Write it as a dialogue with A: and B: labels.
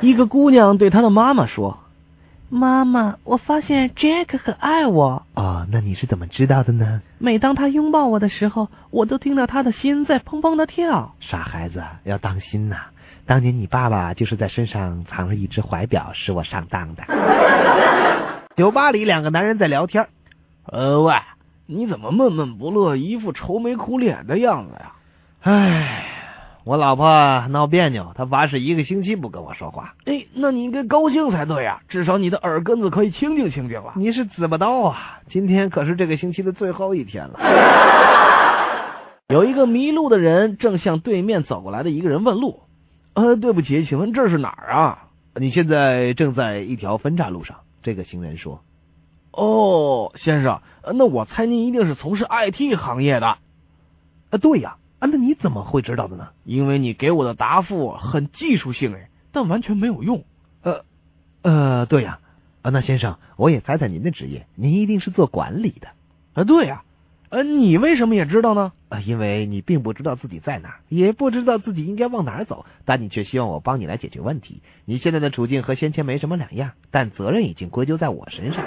A: 一个姑娘对她的妈妈说：“妈妈，我发现 Jack 很爱我。
B: 哦，那你是怎么知道的呢？
A: 每当他拥抱我的时候，我都听到他的心在砰砰的跳。
B: 傻孩子，要当心呐、当年你爸爸就是在身上藏了一只怀表，使我上当的。酒吧里，两个男人在聊天。呃喂，
A: 你怎么闷闷不乐，一副愁眉苦脸的样子呀？
B: 唉，我老婆闹别扭，她发誓一个星期不跟我说话。
A: 哎，那你应该高兴才对呀，至少你的耳根子可以清静清静了。
B: 你是怎么到啊？今天可是这个星期的最后一天了。
A: 有一个迷路的人正向对面走过来的一个人问路。呃，对不起，请问这是哪儿啊？
B: 你现在正在一条分岔路上。这个行人说
A: 哦，先生，呃那我猜您一定是从事 IT 行业的，：“
B: 啊，对呀，啊，那你怎么会知道的呢？
A: 因为你给我的答复很技术性哎，但完全没有用。
B: 呃，对呀，啊，那先生，我也猜猜您的职业，您一定是做管理的。”
A: 啊，对呀、呃，你为什么也知道呢？
B: 啊，因为你并不知道自己在哪儿，也不知道自己应该往哪儿走，但你却希望我帮你来解决问题。你现在的处境和先前没什么两样，但责任已经归咎在我身上。